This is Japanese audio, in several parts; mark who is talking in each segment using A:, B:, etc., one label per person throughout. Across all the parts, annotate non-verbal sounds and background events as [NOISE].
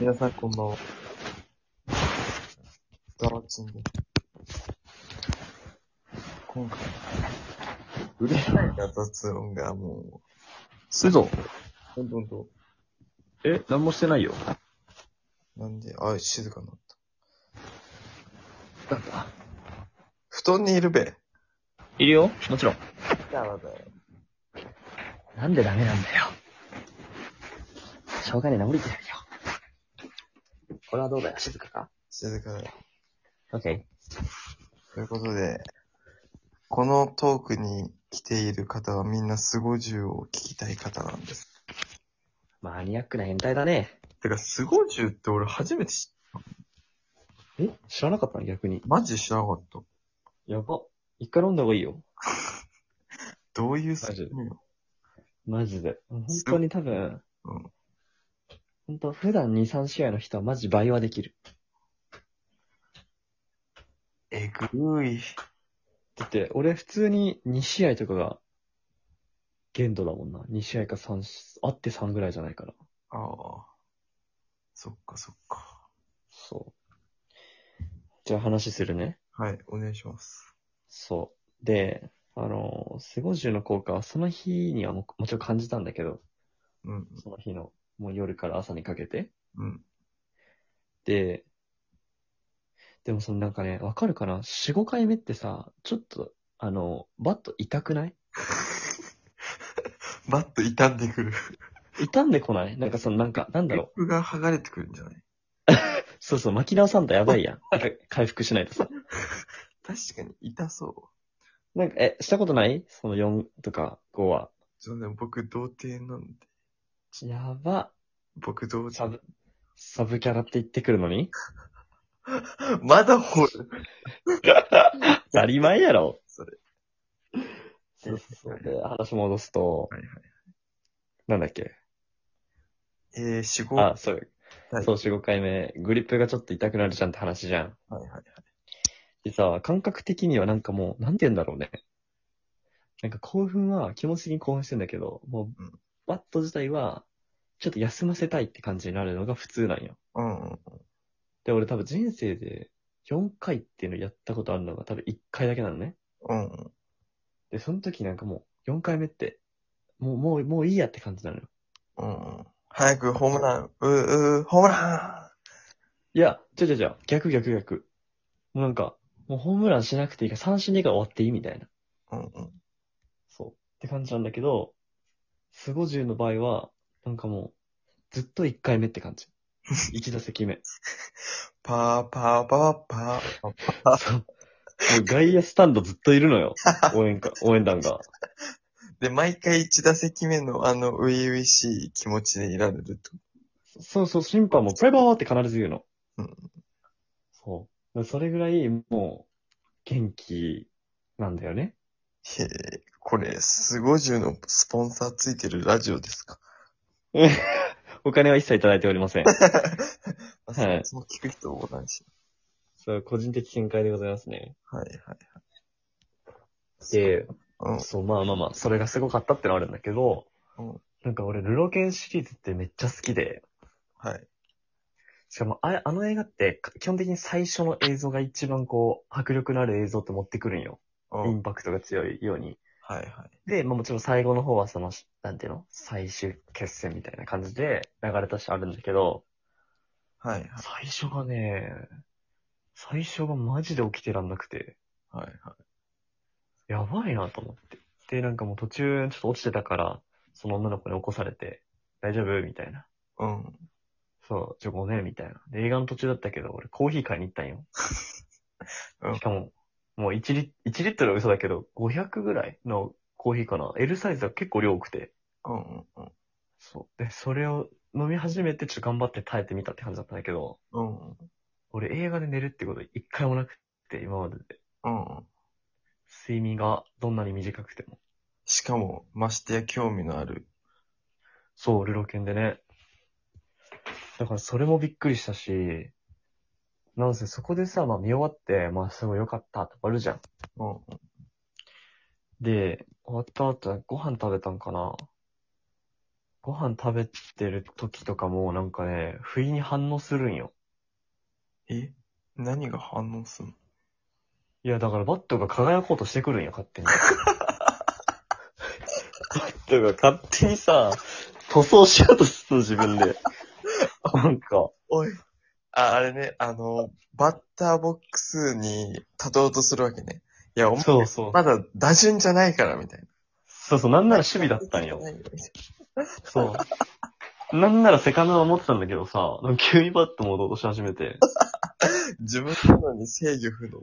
A: 皆さんこんばんは。ガラチンです。今回、売れないが雑音がも
B: 嘘
A: う、どんどんと、
B: え、何もしてないよ。
A: なんで、あ、静かになった。
B: なんだ
A: 布団にいるべ。
B: いるよもちろん。
A: だらだよ。
B: なんでダメなんだよ。しょうがねえな、降りてやるよ。これはどうだよ静かか
A: 静かだよ。
B: オッケ
A: ということで、このトークに来ている方はみんなスゴジュウを聞きたい方なんです。
B: ー。マニアックな変態だね。
A: てか、スゴジュウって俺初めて知っ
B: え知らなかったの逆に。
A: マジで知らなかった。
B: やば。一回飲んだ方がいいよ。
A: どういうス
B: マジ
A: ゴ
B: で
A: ジュウよ
B: マジで。本当に多分、
A: うん。
B: 本当普段2、3試合の人はマジ倍はできる。
A: えぐい。
B: だって、俺普通に2試合とかが限度だもんな。2試合か3、あって3ぐらいじゃないから。
A: ああ。そっかそっか。
B: そう。じゃあ話するね。
A: はい、お願いします。
B: そう。で、あの、スゴジュの効果はその日にはももちろん感じたんだけど、
A: うん、
B: その日の、もう夜から朝にかけて。
A: うん。
B: で、でもそのなんかね、わかるかな ?4、5回目ってさ、ちょっと、あの、バット痛くない
A: バッと傷んでくる。
B: 痛んでこないなんかそのなんか、なんだろう。
A: 服が剥がれてくるんじゃない
B: そうそう、巻き直さんとやばいやん。なんか回復しないとさ。
A: 確かに痛そ
B: なんか、え、したことないその4とか5は。
A: う。ちょっとね、僕、童貞なんで。
B: やば。
A: 僕、童
B: サ
A: 貞。
B: ブ、サブキャラって言ってくるのに
A: まだ掘る。
B: 当たり前やろ。
A: それ。
B: そうそうそう。で、話戻すと、
A: はいはい。
B: なんだっけ。
A: えー、死後。
B: あ
A: は、
B: そう。
A: はい
B: そう、4、5回目。グリップがちょっと痛くなるじゃんって話じゃん。
A: いはいはい。
B: でさ、感覚的にはなんかもう、なんて言うんだろうね。なんか興奮は、気持ち的に興奮してんだけど、もう
A: うん、
B: バット自体は、ちょっと休ませたいって感じになるのが普通なんよ。
A: うんうん。
B: で、俺多分人生で4回っていうのやったことあるのが多分1回だけなのね。
A: うんうん。
B: で、その時なんかもう4回目って、もう、もう、もういいやって感じなのよ。
A: うんうん。早くホームラン。うーうー、ホームラ
B: いや、ちょちょちょ、逆逆逆。もうなんか、もうホームランしなくていいから三振でいいから終わっていいみたいな。
A: ン。うんうん。
B: そう。って感じなんだけど、スゴジュウの場合は、なんかもう、ずっと1回目って感
A: [LAUGHS]
B: じ。1打席目。
A: パーパーパーパーパーパー。
B: そう。もう外野スタンドずっといるのよ。応
A: [LAUGHS]
B: 援か、応援団が。
A: で、毎回1打席目のあの、初々しい気持ちでいられると。
B: そうそう、審判もプレバーって必ず言うの。
A: うん
B: そう。それぐらい、もう、元気なんだよね。
A: へえ、これ、スゴジュのスポンサーついてるラジオですか
B: [LAUGHS] お金は一切いただいており
A: [LAUGHS]
B: ません。
A: はい。そも聞く人おらんし。
B: そう、個人的見解でございますね。
A: はいはい。
B: で、
A: うん。
B: そう、まあまあまあ、それがすごかったってのはあるんだけど、
A: うん
B: なんか俺、ルロケンシリーズってめっちゃ好きで、
A: はい。
B: しかもあれ、あの映画って、基本的に最初の映像が一番こう、迫力のある映像って持ってくるんよ。
A: う
B: イ
A: ん。
B: ンパクトが強いように。
A: はいはい。
B: で、まあ、もちろん最後の方はその、なんていうの最終決戦みたいな感じで流れたしあるんだけど、
A: はいはい。
B: 最初がね、最初がマジで起きてらんなくて、
A: はいはい。
B: やばいなと思って。で、なんかもう途中ちょっと落ちてたから、その女の子に起こされて、大丈夫みたいな。
A: うん。
B: そう、ちょ、ごめん、みたいな。で、映画の途中だったけど、俺コーヒー買いに行ったんよ
A: うん。
B: しかも、もう1リ1リットルは嘘だけど、500ぐらいのコーヒーかな。L サイズは結構量多くて。
A: うんうんうん。
B: そう。で、それを飲み始めて、ちょっと頑張って耐えてみたって感じだったんだけど、
A: うん
B: 俺映画で寝るってこと一回もなくて、今までで。
A: うん。うん。
B: 睡眠がどんなに短くても。
A: しかも、ましてや興味のある。
B: そう、ルロケンでね。だからそれもびっくりしたし、なんせそこでさ、まあ見終わって、まあすごい良かったって終わるじゃん。
A: うんうん。
B: で、終わった後、ご飯食べたんかなご飯食べてる時とかもなんかね、不意に反応するんよ。
A: え何が反応すんの
B: いや、だからバットが輝こうとしてくるんよ、勝手
A: [LAUGHS]
B: に。バットが勝手にさ、塗装しようとする自分で。なんか、
A: おい。あ、あれね、あの、バッターボックスに立とうとするわけね。いや、お前、
B: そうそう。
A: まだ打順じゃないから、みたいな。
B: そうそう、なんなら守備だったんよ。そう。なんならセカンドは持ってたんだけどさ、なんか急にバット戻ろうとし始めて。
A: 自分なのに制御不能。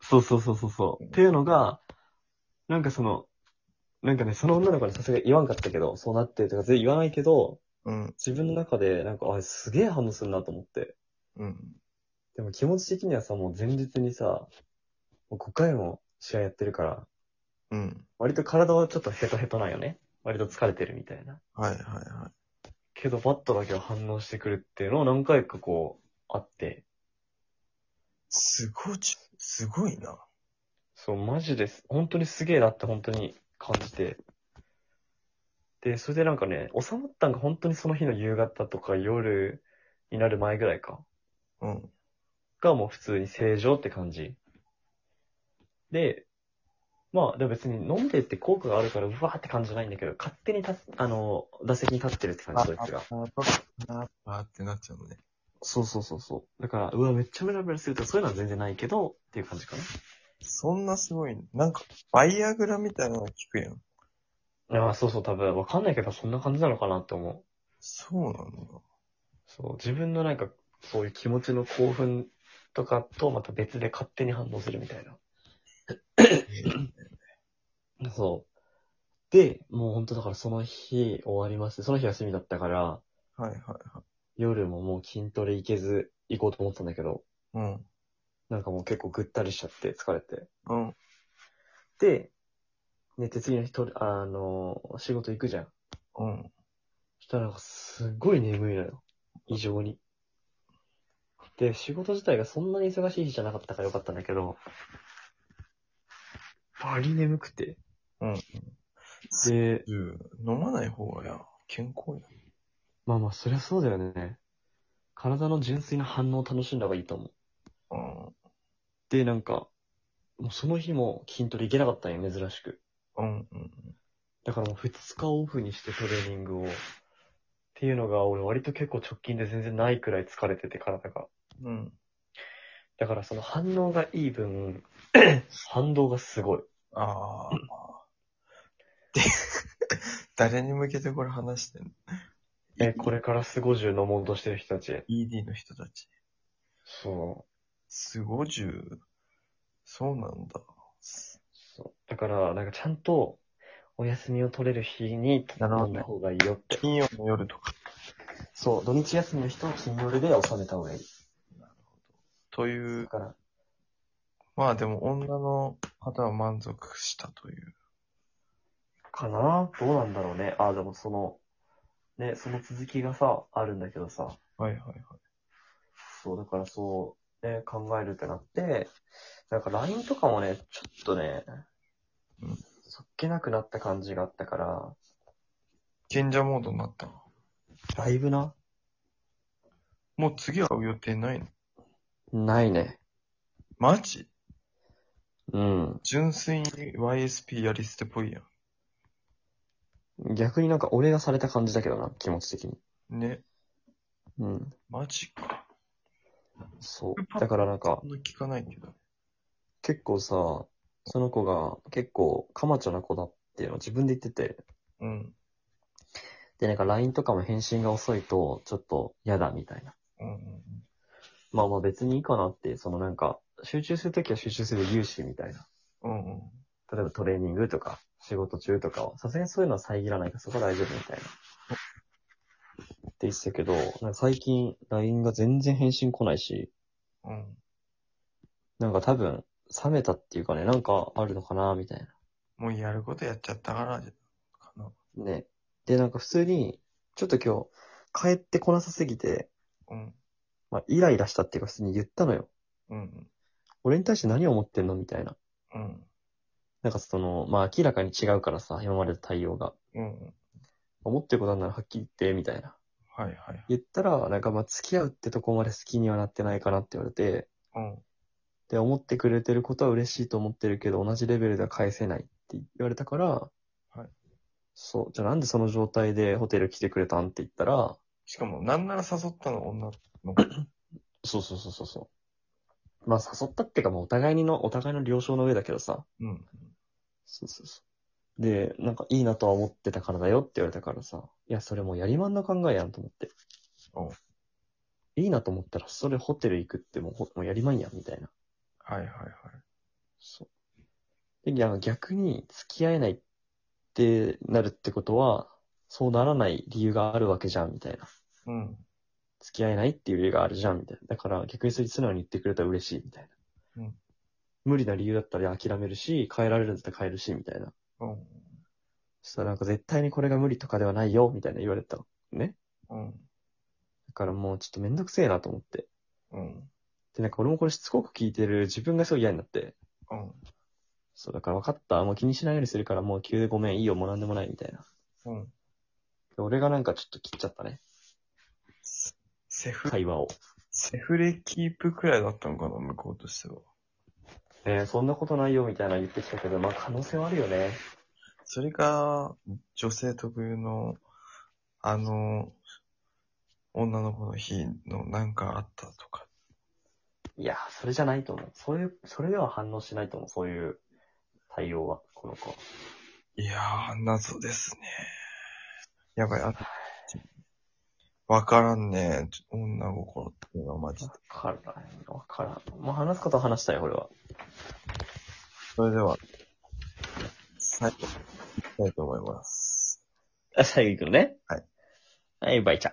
B: そうそうそうそうそう。っていうのが、なんかその、なんかね、その女の子にさすがに言わんかったけど、そうなってるとか全然言わないけど、
A: うん、
B: 自分の中でなんか、あ、すげえ反応するなと思って。
A: うん。
B: でも気持ち的にはさ、もう前日にさ、もう5回も試合やってるから、
A: うん。
B: 割と体はちょっとヘトヘトなんよね。割と疲れてるみたいな。
A: はいはいは
B: けどバットだけは反応してくるっていうのを何回かこう、あって。
A: い。すごい、すごいな。
B: そう、マジです。本当にすげえなって本当に感じて。で、それでなんかね、収まったんが本当にその日の夕方とか夜になる前ぐらいか。
A: うん。
B: がもう普通に正常って感じ。で、まあ、でも別に飲んでって効果があるから、うわーって感じじゃないんだけど、勝手に立つ、あの、打席に立ってるって感じ、そいつが。
A: ああってなっちゃうのね。
B: そうそうそうそう。だから、うわ、めっちゃメラメラするとかそういうのは全然ないけど、っていう感じか
A: そんなすごい。なんか、バイアグラみたいなの聞くやん。
B: な。ああ、そうそう、多分、わかんないけど、そんな感じなのかなって思う。
A: そうなんだ。
B: そう、自分のなんか、そういう気持ちの興奮とかと、また別で勝手に反応するみたいな。そう。で、もう本当だからその日終わります。その日休みだったから、
A: はいはい
B: 夜ももう筋トレ行けず行こうと思ってたんだけど、
A: はい。
B: なんかもう結構ぐったりしちゃって疲れて。
A: うん。うん。
B: で、寝て次の日とれ、あの、仕事行くじゃん。
A: うん。
B: そしたらなんかすっごい眠いのよ。異常に。で、仕事自体がそんなに忙しい日じゃなかったからよかったんだけど、バリ眠くて。
A: うん。
B: で、
A: 飲まない方がや、健康や。
B: まあまあ、そりゃそうだよね。体の純粋な反応を楽しんだ方がいいと思う。
A: う
B: で、なんか、もうその日も筋トレ行けなかったんよ、珍しく。
A: ん。うん。うん。
B: だからもう2日オフにしてトレーニングを。っていうのが、俺割と結構直近で全然ないくらい疲れてて、体が。
A: うん。
B: だからその反応がいい [LAUGHS] 分、反動がすごい。
A: ああ。で、 [LAUGHS] 誰に向けてこれ話してんの
B: え、これからスゴジュ飲もうとしてる人たちへ。
A: ?ED の人たち。
B: そ
A: すごじゅう。そうなんだ。
B: う。そう。だから、なんかちゃんと、お休みを取れる日に
A: なるほど
B: 飲んだ方がいいよって。
A: 金曜の夜とか。
B: そう、土日休みの人は金曜日で収めた方がいい。
A: とい
B: だ
A: う、
B: から、
A: まあでも女の方は満足したという。
B: かなどうなんだろうね。あ、でもその、ね、その続きがさ、あるんだけどさ、
A: はいはいはい。
B: そう、だからそう、ね、考えるってなって、なんか LINE とかもね、ちょっとね
A: うん、
B: そっけなくなった感じがあったから、
A: 賢者モードになった。
B: だいぶな。
A: もう次は会う予定ないの
B: ないね。
A: マジ
B: うん。
A: 純粋に YSP やり捨てっぽいや
B: 逆になんか俺がされた感じだけどな、気持ち的に。
A: ん。ね。
B: うん。
A: マジか。
B: そう。だからなんか
A: そ、んな聞かないけど。
B: 結構さ、その子が結構カマチョな子だっていうのを自分で言ってて、
A: うん。
B: で、なんか LINE とかも返信が遅いと、ちょっと嫌だみたいな。
A: うんうん
B: まあまあ別にいいかなって、そのなんか、集中するときは集中する有志みたいな。
A: うん。うんうん。
B: 例えばトレーニングとか、仕事中とかは、さすがにそういうのは遮らないからそこは大丈夫みたいな。って言ってたけど、なんか最近 LINE が全然返信来ないし、
A: うん。
B: なんか多分、冷めたっていうかね、なんかあるのかなみたい
A: もうやることやっちゃったからじゃ、かな。
B: な。ね。で、なんか普通に、ちょっと今日、帰ってこなさすぎて、
A: うん。
B: まあイライラしたっていうか普通に言ったのよ。
A: うん。
B: 俺に対して何を思ってんのみたいな。
A: うん。
B: なんかその、まあ明らかに違うからさ、今までと対応が。
A: うん。
B: 思ってることあんならはっきり言って、みたいな。
A: はいはい。
B: 言ったら、なんかまあ付き合うってとこまで好きにはなってないかなって言われて、
A: うん。
B: で、思ってくれてることは嬉しいと思ってるけど、同じレベルでは返せないって言われたから、
A: い
B: そう、じゃあなんでその状態でホテル来てくれたんって言ったら、
A: しかも、なんなら誘ったの女の子。
B: そうそうそうそうそう。まあ誘ったっていうか、まあお互いにの、お互いの了承の上だけどさ、
A: うん。
B: そうそうそう。で、なんかいいなとは思ってたからだよって言われたからさ、いや、それもうやりまんの考えやんと思って。
A: お
B: いいなと思ったら、それホテル行くってもうほもうやりまんやんみたいな。
A: はいはいはい。
B: そう。で、いや逆に付き合えないってなるってことは、そうならない理由があるわけじゃんみたいな。
A: うん。
B: 付き合えないっていう理由があるじゃんみたいな。だから逆にそれ素直に言ってくれたら嬉しいみたいな。
A: うん
B: 無理な理由だったら諦めるし、変えられるんだったら変えるしみたいな。
A: うん。
B: そしたらなんか絶対にこれが無理とかではないよ、みたいな言われたのね。
A: うん。
B: だからもうちょっとめんどくせえなと思って。
A: うん。
B: で、なんか俺もこれしつこく聞いてる自分がすごい嫌になって。
A: うん。
B: そう、だから分かった。もう気にしないようにするからもう急でごめん、いいよ、もうなんでもない、みたいな。
A: うん。
B: で俺がなんかちょっと切っちゃったね。
A: セフ、
B: 会話を。
A: セフレキープくらいだったのかな、向こうとしては。
B: えー、そんなことないよ、みたいな言ってきたけど、まあ可能性はあるよね。
A: それか、女性特有の、あの、女の子の日のなんかあったとか。
B: いや、それじゃないと思う。そういう、それでは反応しないと思う。そういう対応は、この子。
A: いやー、謎ですね。やばい、あわからんね。女心っていうのはマジで
B: わ。からん、わからん。もう話すことは話したよ、俺は。
A: それでは、最後、いきたいと思います。
B: あ、最後行くのね。
A: はい。
B: はい、バイチャ。